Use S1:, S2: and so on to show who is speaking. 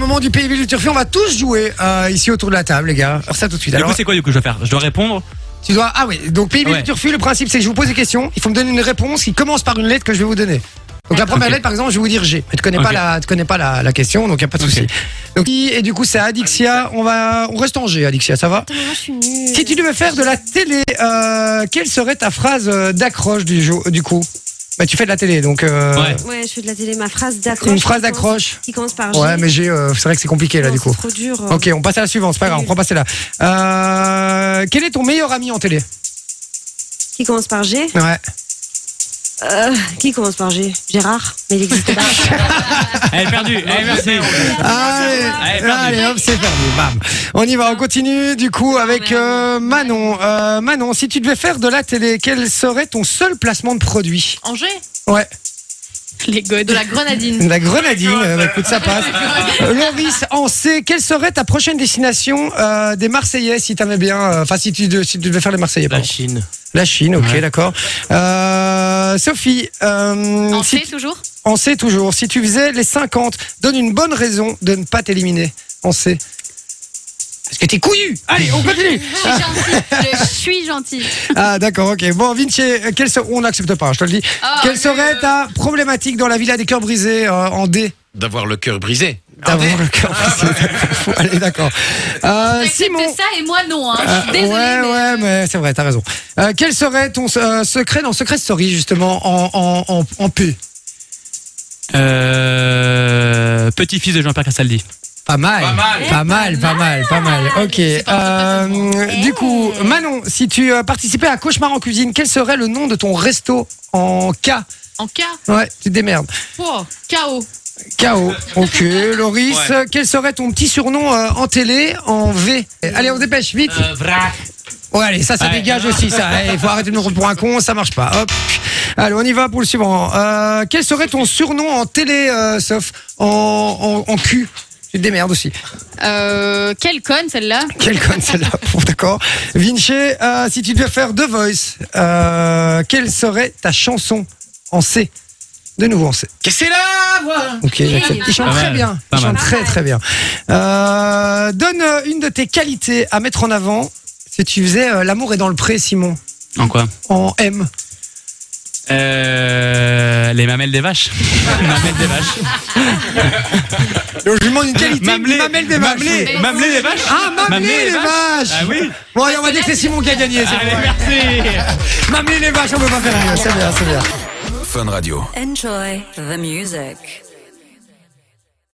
S1: moment du pays du Turfu. On va tous jouer euh, ici autour de la table, les gars. Alors ça tout de suite.
S2: Du
S1: Alors,
S2: coup, c'est quoi du coup que je dois faire Je dois répondre
S1: tu dois. Ah oui. Donc pays
S2: Ouais.
S1: du Turfu. Le principe, c'est que je vous pose des questions. Il faut me donner une réponse qui commence par une lettre que je vais vous donner. Donc la première
S2: Ok.
S1: lettre, par exemple, je vais vous dire G. Mais tu connais pas
S2: Ok.
S1: la, tu connais pas la, la question, donc y a pas de
S2: Ok.
S1: souci. Donc I, et du coup, c'est Adixia. On va, on reste en G, Adixia. Ça va
S3: Attends, mais moi je suis nulle.
S1: Si tu devais faire de la télé, euh, quelle serait ta phrase euh, d'accroche du, jo- du coup Bah tu fais de la télé, donc. euh,
S2: Ouais.
S3: Ouais, je fais de la télé. Ma phrase d'accroche.
S1: Une
S3: qui
S1: phrase
S3: commence-
S1: d'accroche.
S3: Qui commence par G.
S1: Ouais, mais j'ai. euh, c'est vrai que c'est compliqué là
S3: Non,
S1: du coup.
S3: C'est trop dur. euh.
S1: Ok, on passe à la suivante. C'est pas grave, on prend pas celle-là. Euh, quel est ton meilleur ami en télé
S3: Qui commence par G.
S1: Ouais.
S3: Euh, qui commence par G Gérard. Mais il existe pas.
S2: Elle est perdue. Allez, merci.
S1: Allez,
S2: Allez, perdu.
S1: allez, hop, c'est perdu. Bam. On y va, on continue du coup avec euh, Manon. Euh, Manon, si tu devais faire de la télé, quel serait ton seul placement de produit
S4: Angers
S1: Ouais,
S4: Les godes. De la grenadine.
S1: la grenadine. euh, bah, écoute, ça passe. Euh, Loris, en C, quelle serait ta prochaine destination euh, des Marseillais si t'aimais bien euh, Enfin, si, tu de- si tu devais faire les Marseillais. pardon.
S2: Chine.
S1: La Chine, ok,
S2: Ouais.
S1: d'accord. Euh, Sophie, euh,
S4: En
S1: si
S4: C toujours
S1: On sait toujours. Si tu faisais les 50, donne une bonne raison de ne pas t'éliminer. On sait. Parce que t'es couillu Allez, on continue
S4: Je suis gentille. Je suis gentille.
S1: Ah, d'accord, ok. Bon, Vinci, euh, quelle se- on n'accepte pas, je te le dis.
S4: Ah,
S1: quelle
S4: mais,
S1: serait
S4: euh,
S1: ta problématique dans la villa des cœurs brisés euh, en D
S5: D'avoir le cœur brisé.
S1: D'avoir le cœur
S4: Ah,
S1: brisé. Faut- Allez, d'accord. Euh,
S4: t'acceptes
S1: Simon
S4: ça et moi non. Hein. Je
S1: Euh,
S4: suis désolée.
S1: ouais,
S4: mais-
S1: ouais, mais c'est vrai, t'as raison. Euh, quel serait ton euh, secret dans Secret Story, justement, en, en, en, en P
S2: Euh, Petit-fils de Jean-Pierre Castaldi.
S1: Pas mal. Pas mal. Pas mal, pas mal, pas mal. Ok. euh, du coup, Manon, si tu euh, participais à Cauchemar en cuisine, quel serait le nom de ton resto en K
S4: En K.
S1: Ouais, tu te démerdes.
S4: Oh, KO.
S1: KO. Ok. Loris, euh, quel serait ton petit surnom euh, en télé en V Allez, on se dépêche, vite.
S2: vrac.
S1: Euh, Ouais, allez, ça, ça
S2: Ouais.
S1: dégage aussi, ça. Il faut arrêter de nous rendre pour un con, ça marche pas. Hop. Allez, on y va pour le suivant. Euh, quel serait ton surnom en télé, euh, sauf en, en, en Q Tu te démerdes aussi.
S4: Euh, quelle conne celle-là
S1: Quelle conne celle-là, bon, d'accord. Vinci, euh, si tu devais faire The Voice, euh, quelle serait ta chanson en C De nouveau en C.
S5: Qu'est-ce que c'est là moi
S1: Ok, j'accepte. Il chante
S2: Pas
S1: très
S2: mal,
S1: bien.
S2: pas
S1: Il chante
S2: mal.
S1: très très bien. Euh, donne euh, une de tes qualités à mettre en avant si tu faisais euh, L'amour est dans le pré, Simon,
S2: En quoi
S1: en M.
S2: euh, Les mamelles des vaches. Les mamelles des vaches.
S1: Donc, je lui demande une qualité. Mamelle des vaches.
S2: Mamelé,
S1: oui.
S2: mamelé des vaches.
S1: Ah,
S2: Mamelé
S1: Mamelé les vaches
S2: Ah oui.
S1: Bon, allez, on va dire que c'est Simon qui a gagné. c'est
S2: Allez,
S1: bon.
S2: merci.
S1: Mamelé les vaches, on peut pas faire mieux. C'est bien, c'est bien.
S5: Fun Radio.
S6: Enjoy the music.